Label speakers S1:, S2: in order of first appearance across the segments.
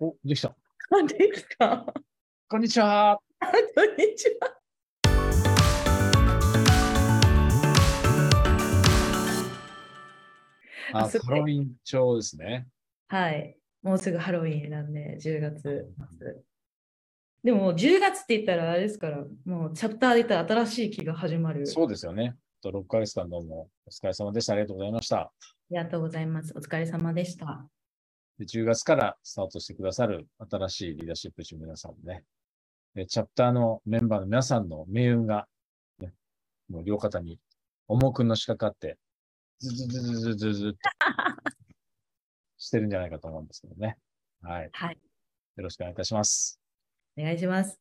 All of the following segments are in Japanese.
S1: お、できた。
S2: あでき た。
S1: こんにちは。
S2: こんにちは。
S1: あ、
S2: あす
S1: ハ
S2: ごい
S1: ロウィン調ですね。
S2: はい。もうすぐハロウィンなんで、10月末。でも、10月って言ったらあれですから、もうチャプターで言ったら新しい期が始まる。
S1: そうですよね。あと6ヶ月間どうもお疲れ様でした。ありがとうございました。
S2: ありがとうございます。お疲れ様でした。
S1: で10月からスタートしてくださる新しいリーダーシップチームの皆さんね。でチャプターのメンバーの皆さんの命運が、ね、もう両肩に重くのしかかって、ズズズズズズズっとしてるんじゃないかと思うんですけどね。はい。
S2: はい。
S1: よろしくお願いいたします。
S2: お願いします。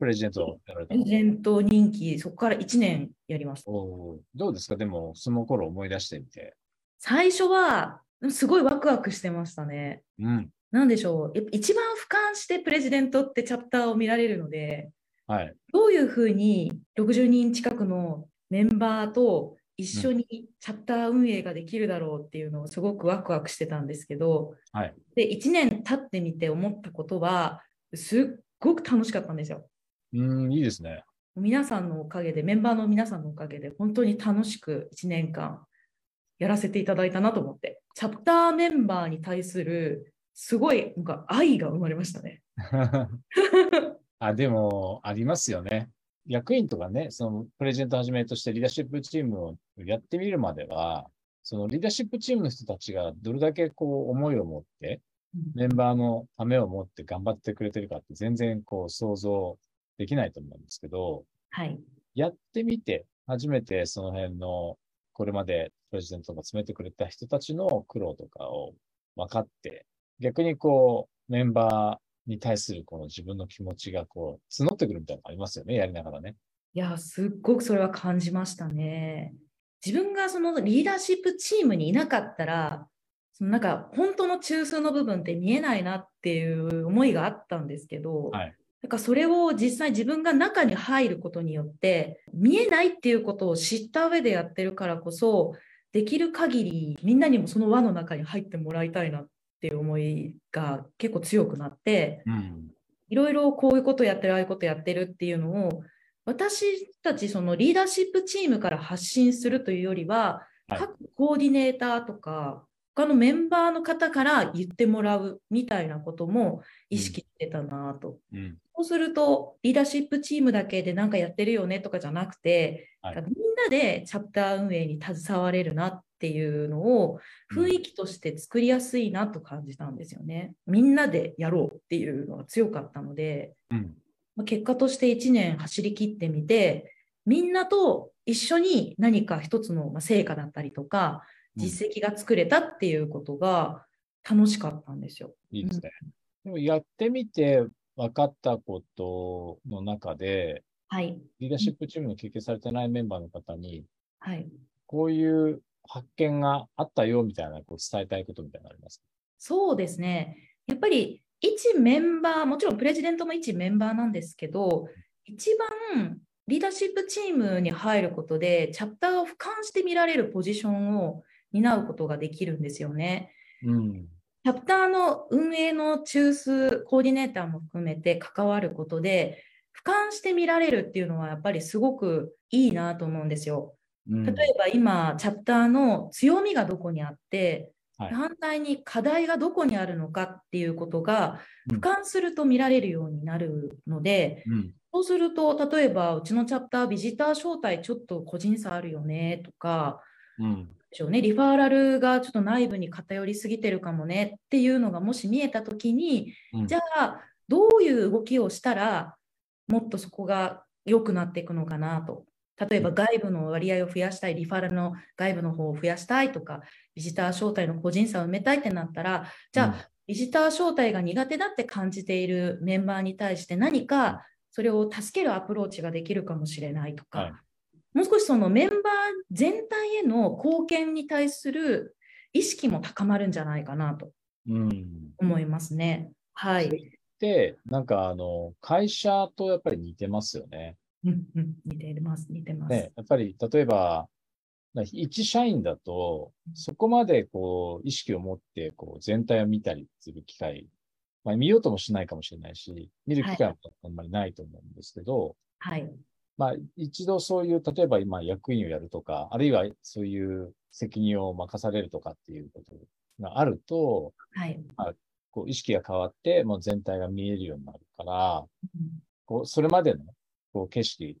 S1: プレジデントをやられた
S2: エー
S1: の
S2: ジェント人気、そこから1年やりました。
S1: おーどうですかでも、その頃思い出してみて。
S2: 最初は、すごいワクワクしてましたね。
S1: うん。
S2: なんでしょう。やっぱ一番俯瞰してプレジデントってチャプターを見られるので、
S1: はい。
S2: どういうふうに60人近くのメンバーと一緒にチャプター運営ができるだろうっていうのをすごくワクワクしてたんですけど、
S1: はい
S2: で1年経ってみて思ったことはすっごく楽しかったんですよ。
S1: うん、いいですね。
S2: 皆さんのおかげでメンバーの皆さんのおかげで本当に楽しく1年間やらせていただいたなと思ってチャプターメンバーに対するすごいなんか愛が生まれましたね。
S1: あ、でも、ありますよね。役員とかね、そのプレゼントはじめとしてリーダーシップチームをやってみるまでは、そのリーダーシップチームの人たちがどれだけこう思いを持って、メンバーのためを持って頑張ってくれてるかって全然こう想像できないと思うんですけど、
S2: はい、
S1: やってみて、初めてその辺の、これまでプレジデントが詰めてくれた人たちの苦労とかを分かって、逆にこう、メンバーに対するこの自分の気持ちがこう、募ってくるみたいなのありますよね、やりながらね。
S2: いや、すっごくそれは感じましたね。自分がそのリーダーシップチームにいなかったら、そのなんか本当の中枢の部分って見えないなっていう思いがあったんですけど、
S1: はい
S2: なんかそれを実際自分が中に入ることによって、見えないっていうことを知った上でやってるからこそ、できる限りみんなにもその輪の中に入ってもらいたいなっていう思いが結構強くなって、
S1: うん。
S2: いろいろこういうことやってる、ああいうことやってるっていうのを、私たちそのリーダーシップチームから発信するというよりは、
S1: はい
S2: 各コーディネーターとか、他のメンバーの方から言ってもらうみたいなことも意識してたなぁと。
S1: うん。
S2: そうすると、リーダーシップチームだけでなんかやってるよねとかじゃなくて、
S1: はい
S2: みんなでチャプター運営に携われるなっていうのを雰囲気として作りやすいなと感じたんですよね。みんなでやろうっていうのが強かったので、
S1: うん。
S2: まあ結果として1年走り切ってみて、みんなと一緒に何か一つのまあ成果だったりとか、
S1: うん
S2: 実績が作れたっていうことが楽しかったんですよ。
S1: いいですね。でもやってみて分かったことの中で、
S2: はい。
S1: リーダーシップチームの経験されてないメンバーの方に、
S2: はい。
S1: こういう発見があったよみたいな、こう伝えたいことみたいなのあります
S2: そうですね。やっぱり一メンバー、もちろんプレジデントも一メンバーなんですけど、一番リーダーシップチームに入ることで、チャプターを俯瞰して見られるポジションを担うことができるんですよね。
S1: うん。
S2: チャプターの運営の中枢、コーディネーターも含めて関わることで、俯瞰して見られるっていうのはやっぱりすごくいいなと思うんですよ。
S1: うん
S2: 例えば今、チャプターの強みがどこにあって、
S1: はい
S2: 反対に課題がどこにあるのかっていうことが、
S1: うん
S2: 俯瞰すると見られるようになるので、
S1: うん。
S2: そうすると、例えば、うちのチャプター、ビジター招待、ちょっと個人差あるよねとか、
S1: うん。
S2: でしょうね、リファーラルがちょっと内部に偏りすぎてるかもねっていうのがもし見えたときに、
S1: うん
S2: じゃあ、どういう動きをしたら、もっとそこが良くなっていくのかなと。例えば外部の割合を増やしたい、リファーラルの外部の方を増やしたいとか、ビジター招待の個人差を埋めたいってなったら、じゃあ、
S1: うん
S2: ビジター招待が苦手だって感じているメンバーに対して何かそれを助けるアプローチができるかもしれないとか、
S1: はい
S2: もう少しそのメンバー全体への貢献に対する意識も高まるんじゃないかなと
S1: うん。
S2: 思いますね。はい。
S1: で、なんかあの、会社とやっぱり似てますよね。
S2: うんうん似てます、似てます。
S1: ね、やっぱり例えば、な一社員だと、そこまでこう、意識を持って、こう、全体を見たりする機会まあ、見ようともしないかもしれないし、見る機会もあんまりないと思うんですけど、
S2: はい。
S1: まあ、一度そういう、例えば今役員をやるとか、あるいはそういう責任を任されるとかっていうことがあると、
S2: はい。
S1: こう意識が変わって、もう全体が見えるようになるから、
S2: うん
S1: こう、それまでの、こう、景色、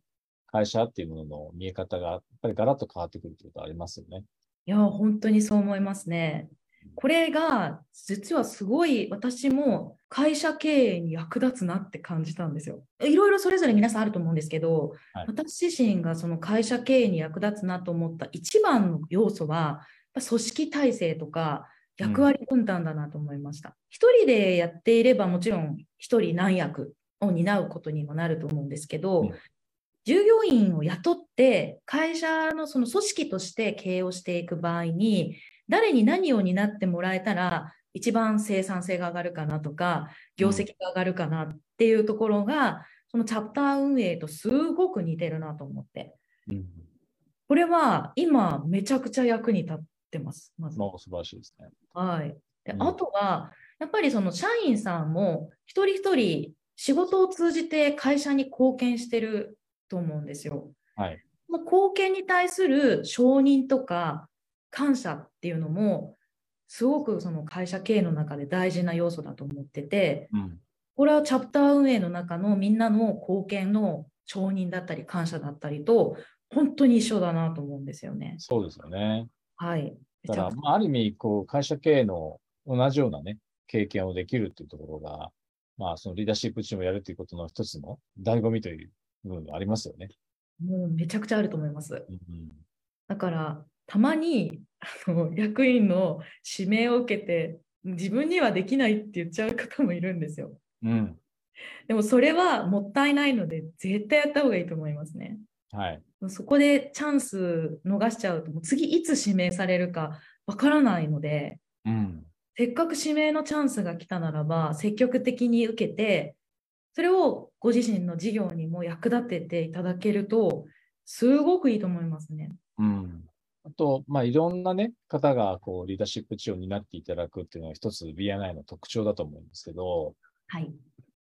S1: 会社っていうものの見え方が、やっぱりガラッと変わってくるってことありますよね。
S2: いや、本当にそう思いますね。これが実はすごい私も会社経営に役立つなって感じたんですよ。いろいろそれぞれ皆さんあると思うんですけど、
S1: はい
S2: 私自身がその会社経営に役立つなと思った一番の要素は、やっぱ組織体制とか役割分担だなと思いました。一、人でやっていればもちろん一人何役を担うことにもなると思うんですけど、
S1: うん
S2: 従業員を雇って会社のその組織として経営をしていく場合に誰に何を担ってもらえたら一番生産性が上がるかなとか業績が上がるかなっていうところが、そのチャプター運営とすごく似てるなと思って
S1: うん。
S2: これは今めちゃくちゃ役に立ってますまず
S1: まあ、素晴らしいですね。
S2: はい。で
S1: うん
S2: あとは、やっぱりその社員さんも一人一人仕事を通じて会社に貢献してると思うんですよ。
S1: はい
S2: その貢献に対する承認とか感謝っていうのも、すごくその会社経営の中で大事な要素だと思ってて、
S1: うん。
S2: これはチャプター運営の中のみんなの貢献の承認だったり感謝だったりと、本当に一緒だなと思うんですよね。
S1: そうですよね。
S2: はい。め
S1: だか
S2: ちゃ
S1: ら、
S2: くちゃ
S1: まあ、ある意味、こう、会社経営の同じようなね、経験をできるっていうところが、まあ、そのリーダーシップチームをやるっていうことの一つの醍醐味という部分がありますよね。
S2: もうめちゃくちゃあると思います。
S1: うん。
S2: だからたまにあの役員の指名を受けて自分にはできないって言っちゃう方もいるんですよ。
S1: うん。
S2: でもそれはもったいないので絶対やった方がいいと思いますね。
S1: はい。
S2: そこでチャンス逃しちゃうともう次いつ指名されるかわからないので
S1: うん。
S2: せっかく指名のチャンスが来たならば積極的に受けてそれをご自身の事業にも役立てていただけるとすごくいいと思いますね。
S1: うん。あと、まあ、いろんなね、方が、こう、リーダーシップ地を担っていただくっていうのは一つ BNI の特徴だと思うんですけど、
S2: はい。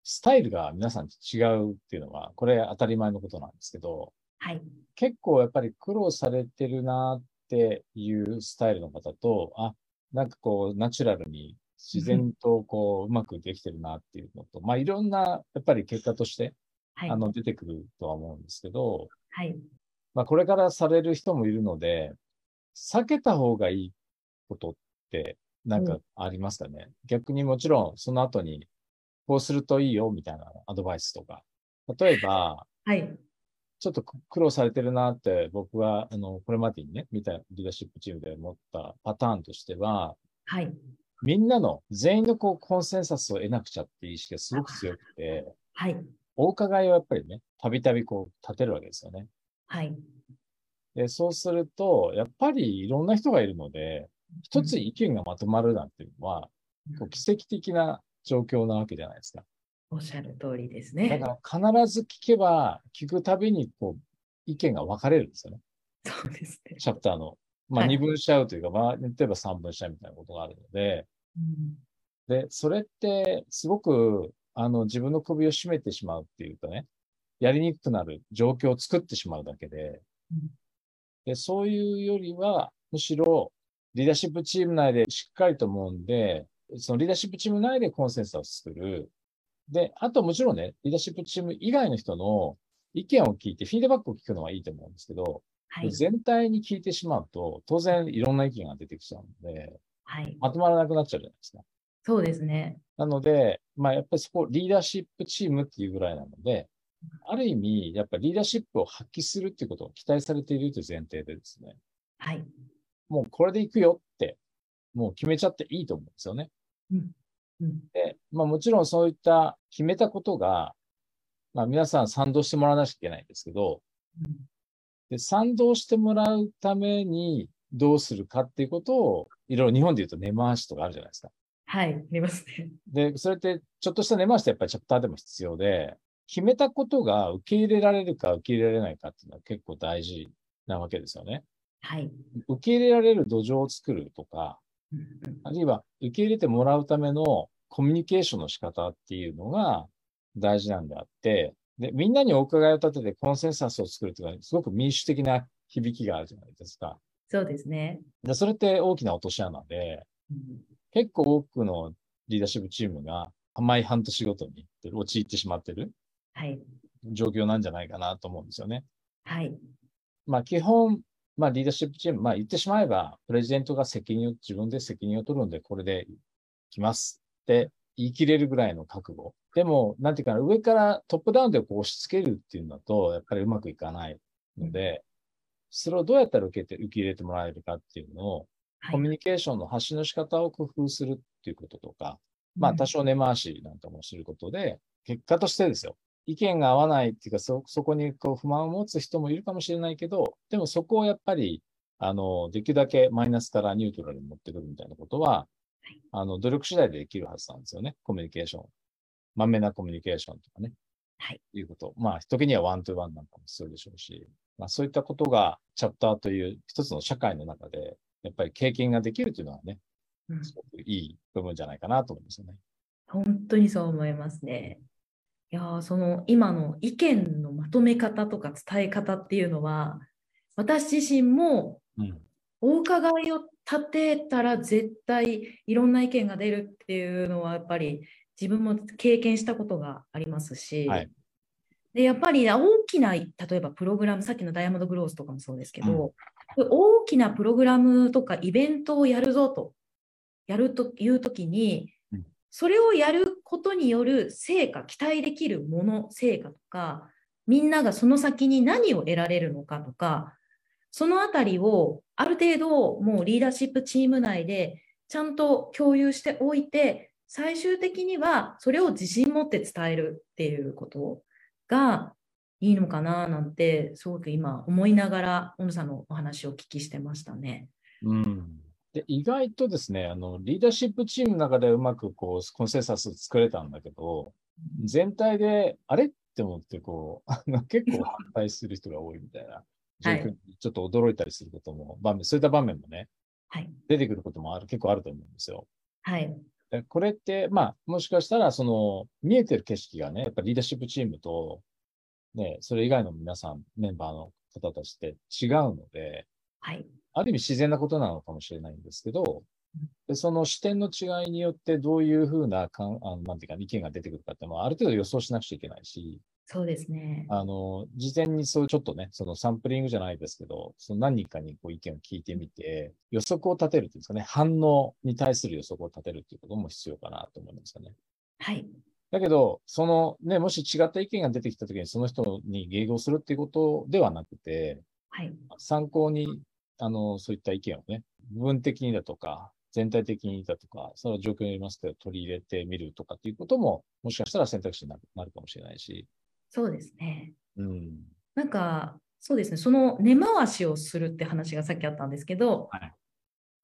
S1: スタイルが皆さん違うっていうのは、これ当たり前のことなんですけど、
S2: はい。
S1: 結構やっぱり苦労されてるなっていうスタイルの方と、あ、なんかこう、ナチュラルに自然とこう、うまくできてるなっていうのと、まあ、いろんな、やっぱり結果として、
S2: はい。
S1: あの、出てくるとは思うんですけど、
S2: はい。
S1: まあ、これからされる人もいるので、避けた方がいいことって、なんかありますかね、逆にもちろん、その後に、こうするといいよ、みたいなアドバイスとか。例えば、
S2: はい。
S1: ちょっとく苦労されてるなって、僕は、あの、これまでにね、見たリーダーシップチームで思ったパターンとしては、
S2: はい。
S1: みんなの、全員のこう、コンセンサスを得なくちゃっていう意識がすごく強くて、
S2: はい。
S1: お伺いをやっぱりね、たびたびこう、立てるわけですよね。
S2: はい。
S1: で、そうすると、やっぱりいろんな人がいるので、一つ意見がまとまるなんていうのは、こう奇跡的な状況なわけじゃないですか。
S2: おっしゃる通りです
S1: だ
S2: ね。
S1: から必ず聞けば、聞くたびにこう意見が分かれるんですよね。
S2: そうですね。
S1: チャプターの。まあ
S2: はい
S1: 二分しちゃうというか、まあ例えば三分しちゃうみたいなことがあるので、
S2: うん
S1: で、それってすごく、あの自分の首を絞めてしまうっていうかね、やりにくくなる状況を作ってしまうだけで
S2: うん、
S1: で、そういうよりは、むしろ、リーダーシップチーム内でしっかりと揉んで、そのリーダーシップチーム内でコンセンサスを作る。で、あともちろんね、リーダーシップチーム以外の人の意見を聞いて、フィードバックを聞くのはいいと思うんですけど、
S2: はい。
S1: 全体に聞いてしまうと、当然いろんな意見が出てきちゃうので、
S2: はい。
S1: まとまらなくなっちゃうじゃないですか。
S2: そうですね。
S1: なので、まあ、やっぱりそこ、リーダーシップチームっていうぐらいなので、ある意味、やっぱりリーダーシップを発揮するっていうことを期待されているという前提でですね、
S2: はい。
S1: もうこれでいくよって、もう決めちゃっていいと思うんですよね。
S2: うん。うん。
S1: で、まあもちろんそういった決めたことが、まあ皆さん賛同してもらわなきゃいけないんですけど、
S2: うん
S1: で賛同してもらうためにどうするかっていうことを、いろいろ日本で言うと根回しとかあるじゃないですか。
S2: はい。見ますね。
S1: で、それって、ちょっとした根回しってやっぱりチャプターでも必要で、決めたことが受け入れられるか受け入れられないかっていうのは結構大事なわけですよね。
S2: はい。
S1: 受け入れられる土壌を作るとか、
S2: うんうん
S1: あるいは受け入れてもらうためのコミュニケーションの仕方っていうのが大事なんであって、で、みんなにお伺いを立ててコンセンサスを作るというのは、すごく民主的な響きがあるじゃないですか。
S2: そうですね。
S1: で、それって大きな落とし穴で、結構多くのリーダーシップチームが甘い半年ごとに陥ってしまってる
S2: はい。
S1: 状況なんじゃないかなと思うんですよね。
S2: はい。
S1: まあ基本、まあリーダーシップチーム、まあ言ってしまえば、プレジデントが責任を、自分で責任を取るんで、これで来ますって言い切れるぐらいの覚悟。でも、なんていうかな、上からトップダウンでこう押し付けるっていうのだと、やっぱりうまくいかないので、それをどうやったら受けて、受け入れてもらえるかっていうのを、
S2: はい
S1: コミュニケーションの発信の仕方を工夫するっていうこととか、まあ多少根回しなんかもすることで、結果としてですよ。意見が合わないっていうか、そ、そこにこう不満を持つ人もいるかもしれないけど、でもそこをやっぱり、あの、できるだけマイナスからニュートラルに持ってくるみたいなことは、あの、努力次第でできるはずなんですよね。コミュニケーション。まめなコミュニケーションとかね。
S2: はい。
S1: いうこと。まあ、時にはワントゥーワンなんかも必要でしょうし、まあそういったことがチャプターという一つの社会の中で、やっぱり経験ができるというのはね、
S2: うん
S1: すごくいい部分じゃないかなと思うんですよね。
S2: 本当にそう思いますね。いやーその今の意見のまとめ方とか伝え方っていうのは私自身も
S1: うん。
S2: お伺いを立てたら絶対いろんな意見が出るっていうのはやっぱり自分も経験したことがありますし、
S1: はい
S2: でやっぱり大きな例えばプログラムさっきのダイヤモンドグロースとかもそうですけど、大きなプログラムとかイベントをやるぞとやるという時に、
S1: うん
S2: それをやることによる成果期待できるもの成果とかみんながその先に何を得られるのかとかそのあたりをある程度もうリーダーシップチーム内でちゃんと共有しておいて最終的にはそれを自信持って伝えるっていうことがいいのかななんてすごく今思いながら小野さんのお話をお聞きしてましたね。
S1: うん。で、意外とですね、あの、リーダーシップチームの中でうまくこう、コンセンサス作れたんだけど、全体で、あれって思って、こう、あ の、結構反対する人が多いみたいな状況にちょっと驚いたりすることも、場面、そういった場面もね、
S2: はい
S1: 出てくることもある、結構あると思うんですよ。
S2: はい
S1: でこれって、まあ、もしかしたら、その、見えてる景色がね、やっぱリーダーシップチームと、ね、それ以外の皆さん、メンバーの方たちって違うので、
S2: はい
S1: ある意味自然なことなのかもしれないんですけど、でその視点の違いによってどういうふうなかん、あのなんていうか、意見が出てくるかっていうのは、ある程度予想しなくちゃいけないし、
S2: そうですね。
S1: あの、事前にそうちょっとね、そのサンプリングじゃないですけど、その何人かにこう意見を聞いてみて、予測を立てるっていうんですかね、反応に対する予測を立てるっていうことも必要かなと思いますよね。
S2: はい
S1: だけど、そのね、もし違った意見が出てきたときに、その人に迎合するっていうことではなくて、
S2: はい
S1: 参考に、あの、そういった意見をね、部分的にだとか、全体的にだとか、その状況によりますけど、取り入れてみるとかっていうことも、もしかしたら選択肢になるなるかもしれないし、
S2: そうですね。
S1: うん。
S2: なんか、そうですね、その根回しをするって話がさっきあったんですけど、
S1: はい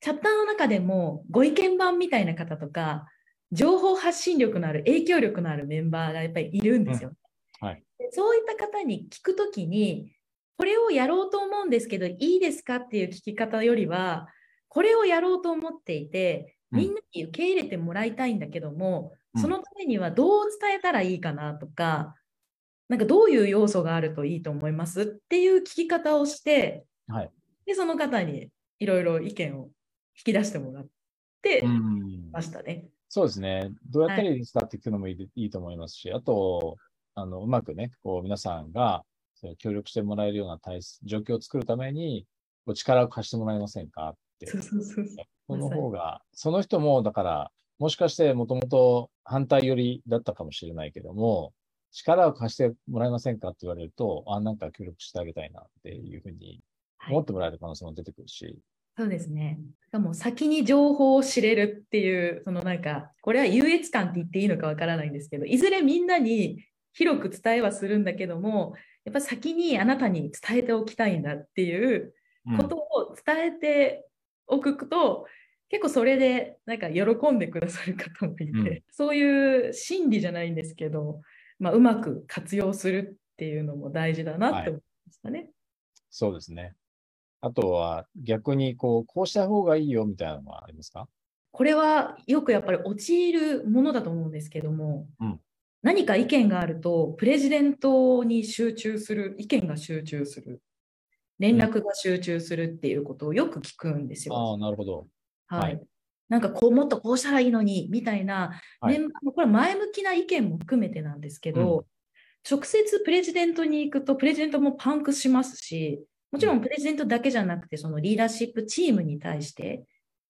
S2: チャプターの中でもご意見番みたいな方とか、情報発信力のある、影響力のあるメンバーがやっぱりいるんですよ。
S1: うんはい
S2: でそういった方に聞くときに、これをやろうと思うんですけど、いいですかっていう聞き方よりは、これをやろうと思っていて、
S1: うん
S2: みんなに受け入れてもらいたいんだけども、
S1: うん
S2: そのためにはどう伝えたらいいかなとか、なんかどういう要素があるといいと思いますっていう聞き方をして、
S1: はい
S2: でその方にいろいろ意見を引き出してもらって
S1: うん
S2: ましたね。
S1: そうですね。どうやったらいいですかって聞くのもいい,、い、いと思いますし、あと、あの、うまくね、こう、皆さんが、そう協力してもらえるような体質状況を作るために、お力を貸してもらえませんかって。
S2: そうそうそうそう
S1: その方が、その人も、だから、もしかしてもともと反対寄りだったかもしれないけども、力を貸してもらえませんかって言われると、あ、なんか協力してあげたいなっていうふうに
S2: はい
S1: 思ってもらえる可能性も出てくるし、
S2: そうですね。しかも先に情報を知れるっていう、そのなんか、これは優越感って言っていいのかわからないんですけど、いずれみんなに広く伝えはするんだけども、やっぱ先にあなたに伝えておきたいんだっていうことを伝えておくと、結構それでなんか喜んでくださる方もいて、
S1: うん
S2: そういう心理じゃないんですけど、まあ、うまく活用するっていうのも大事だなって思いましたね。
S1: そうですね。あとは逆にこう、こうした方がいいよみたいなのはありますか
S2: これはよくやっぱり陥るものだと思うんですけども、
S1: うん
S2: 何か意見があると、プレジデントに集中する、意見が集中する、連絡が集中するっていうことをよく聞くんですよ。
S1: ああ、なるほど。
S2: は
S1: はい
S2: い、なんかこうもっとこうしたらいいのにみたいな、
S1: はい
S2: メンバーのこれ前向きな意見も含めてなんですけど、直接プレジデントに行くとプレジデントもパンクしますしもちろんプレジデントだけじゃなくてそのリーダーシップチームに対して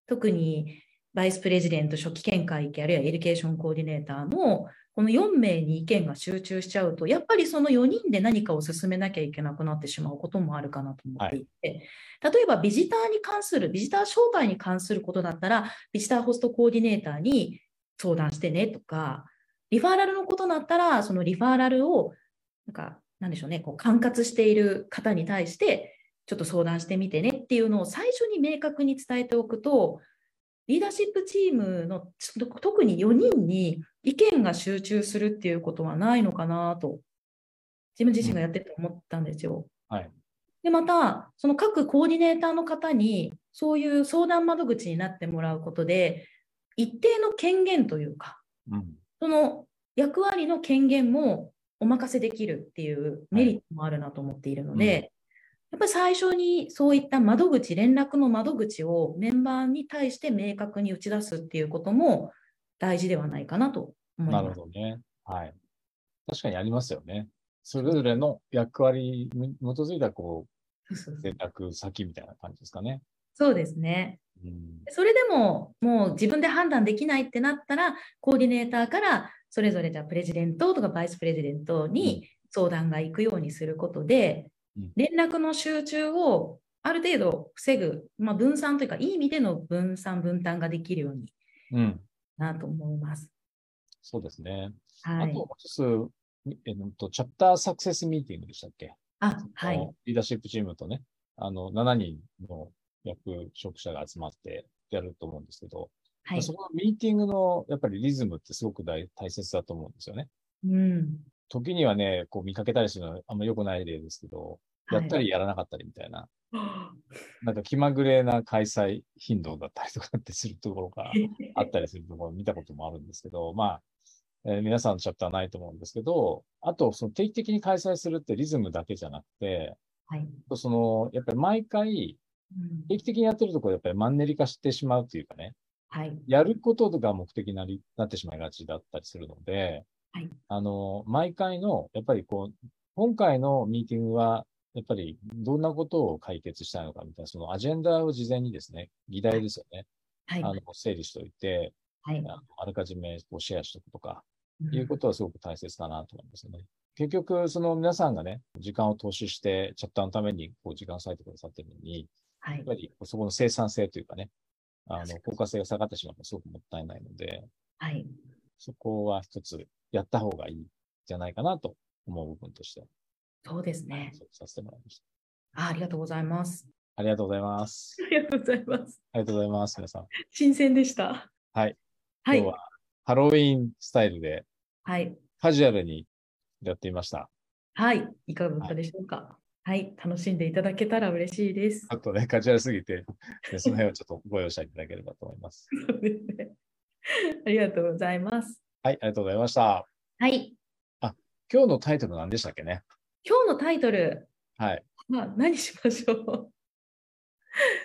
S2: 特にバイスプレジデント初期見会議あるいはエデュケーションコーディネーターのこの4名に意見が集中しちゃうとやっぱりその4人で何かを進めなきゃいけなくなってしまうこともあるかなと思っていて、例えばビジターに関する、ビジター招待に関することだったら、ビジターホストコーディネーターに相談してねとか、リファーラルのことだったら、そのリファーラルを、なんか、なんでしょうね、こう管轄している方に対して、ちょっと相談してみてねっていうのを最初に明確に伝えておくと、リーダーシップチームのちょっと特に4人に意見が集中するっていうことはないのかなと、自分自身がやってて思ったんですよ。で、また、その各コーディネーターの方に、そういう相談窓口になってもらうことで、一定の権限というか、
S1: うん。
S2: その役割の権限もお任せできるっていうメリットもあるなと思っているので、
S1: うん
S2: やっぱり最初にそういった窓口、連絡の窓口をメンバーに対して明確に打ち出すっていうことも大事ではないかなと思い
S1: な
S2: ます。
S1: るほどね。はい。確かにありますよね。それぞれの役割に基づいた、こ
S2: そう
S1: う、
S2: そう
S1: 連絡先みたいな感じですかね。
S2: そうですね。
S1: うん。
S2: それでももう自分で判断できないってなったらコーディネーターからそれぞれじゃあプレジデントとかバイスプレジデントに相談が行くようにすることで
S1: うん
S2: 連絡の集中をある程度防ぐ、まあ、分散というかいい意味での分散分担ができるように
S1: うん。
S2: なと思います。
S1: そうですね。
S2: は
S1: あ
S2: い
S1: と、もう一つ、えっと、チャプターサクセスミーティングでしたっけ
S2: あはい、
S1: リーダーシップチームとね、あの、7人の役職者が集まってやると思うんですけど、
S2: はい
S1: そこのミーティングのやっぱりリズムってすごく大大切だと思うんですよね。
S2: うん
S1: 時にはね、こう見かけたりするのはあんま良くない例ですけど、やったりやらなかったりみたいな、
S2: は
S1: なんか気まぐれな開催頻度だったりとかってするところが
S2: い
S1: あったりするところを見たこともあるんですけど、まあ、えー皆さんのチャプターはないと思うんですけど、あと、その定期的に開催するってリズムだけじゃなくて、
S2: はい
S1: その、やっぱり毎回、
S2: うん
S1: 定期的にやってるところやっぱりマンネリ化してしまうというかね、
S2: はい
S1: やることが目的になりなってしまいがちだったりするので、
S2: はい
S1: あの、毎回の、やっぱりこう、今回のミーティングは、やっぱりどんなことを解決したいのかみたいな、そのアジェンダを事前にですね、議題ですよね、
S2: はい
S1: あの整理しておいて、
S2: はい
S1: あのあらかじめこうシェアしておくとか、
S2: うん
S1: いうことはすごく大切だなと思いますね。結局、その皆さんがね、時間を投資して、チャプターのためにこう時間を割いてくださってるのに、
S2: は
S1: や
S2: い
S1: っぱりそこの生産性というかね、あ
S2: 確か
S1: の、
S2: に
S1: 効果性が下がってしまうのはすごくもったいないので、
S2: はい
S1: そこは一つやった方がいいんじゃないかなと思う部分として、
S2: そうですね
S1: そうさせてもらいました。
S2: あありがとうございます
S1: ありがとうございます。
S2: ありがとうございます
S1: ありがとうございます、皆さん。
S2: 新鮮でした。
S1: はい。今
S2: はい
S1: 日。はハロウィンスタイルで
S2: はい。
S1: カジュアルにやってみました。
S2: はい。いかがだったでしょうか。はい。楽しんでいただけたら嬉しいです
S1: ちょ。っとね、カジュアルすぎて、ねその辺はちょっとご容赦いただければと思います。
S2: そうですね ありがとうございます。
S1: はい、ありがとうございました。
S2: はい。
S1: 今日のタイトル何でしたっけね
S2: 今日のタイトル、
S1: はい。
S2: まあ、何しましょう。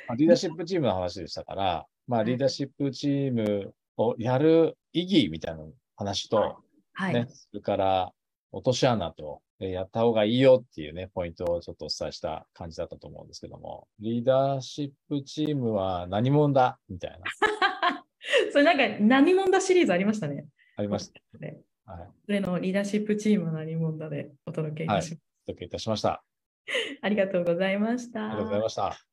S1: まあリーダーシップチームの話でしたから、まあ、
S2: はい
S1: リーダーシップチームをやる意義みたいな話と、
S2: はい。
S1: ね、それから、落とし穴と、えーやった方がいいよっていうね、ポイントをちょっとお伝えした感じだったと思うんですけども、リーダーシップチームは何者だみたいな、
S2: それなんか何者だシリーズありましたね。
S1: ありまし
S2: ね
S1: た。はい。
S2: それのリーダーシップチームの何者だでお届けいたします。
S1: お届けいたしました。
S2: ありがとうございました。
S1: ありがとうございました。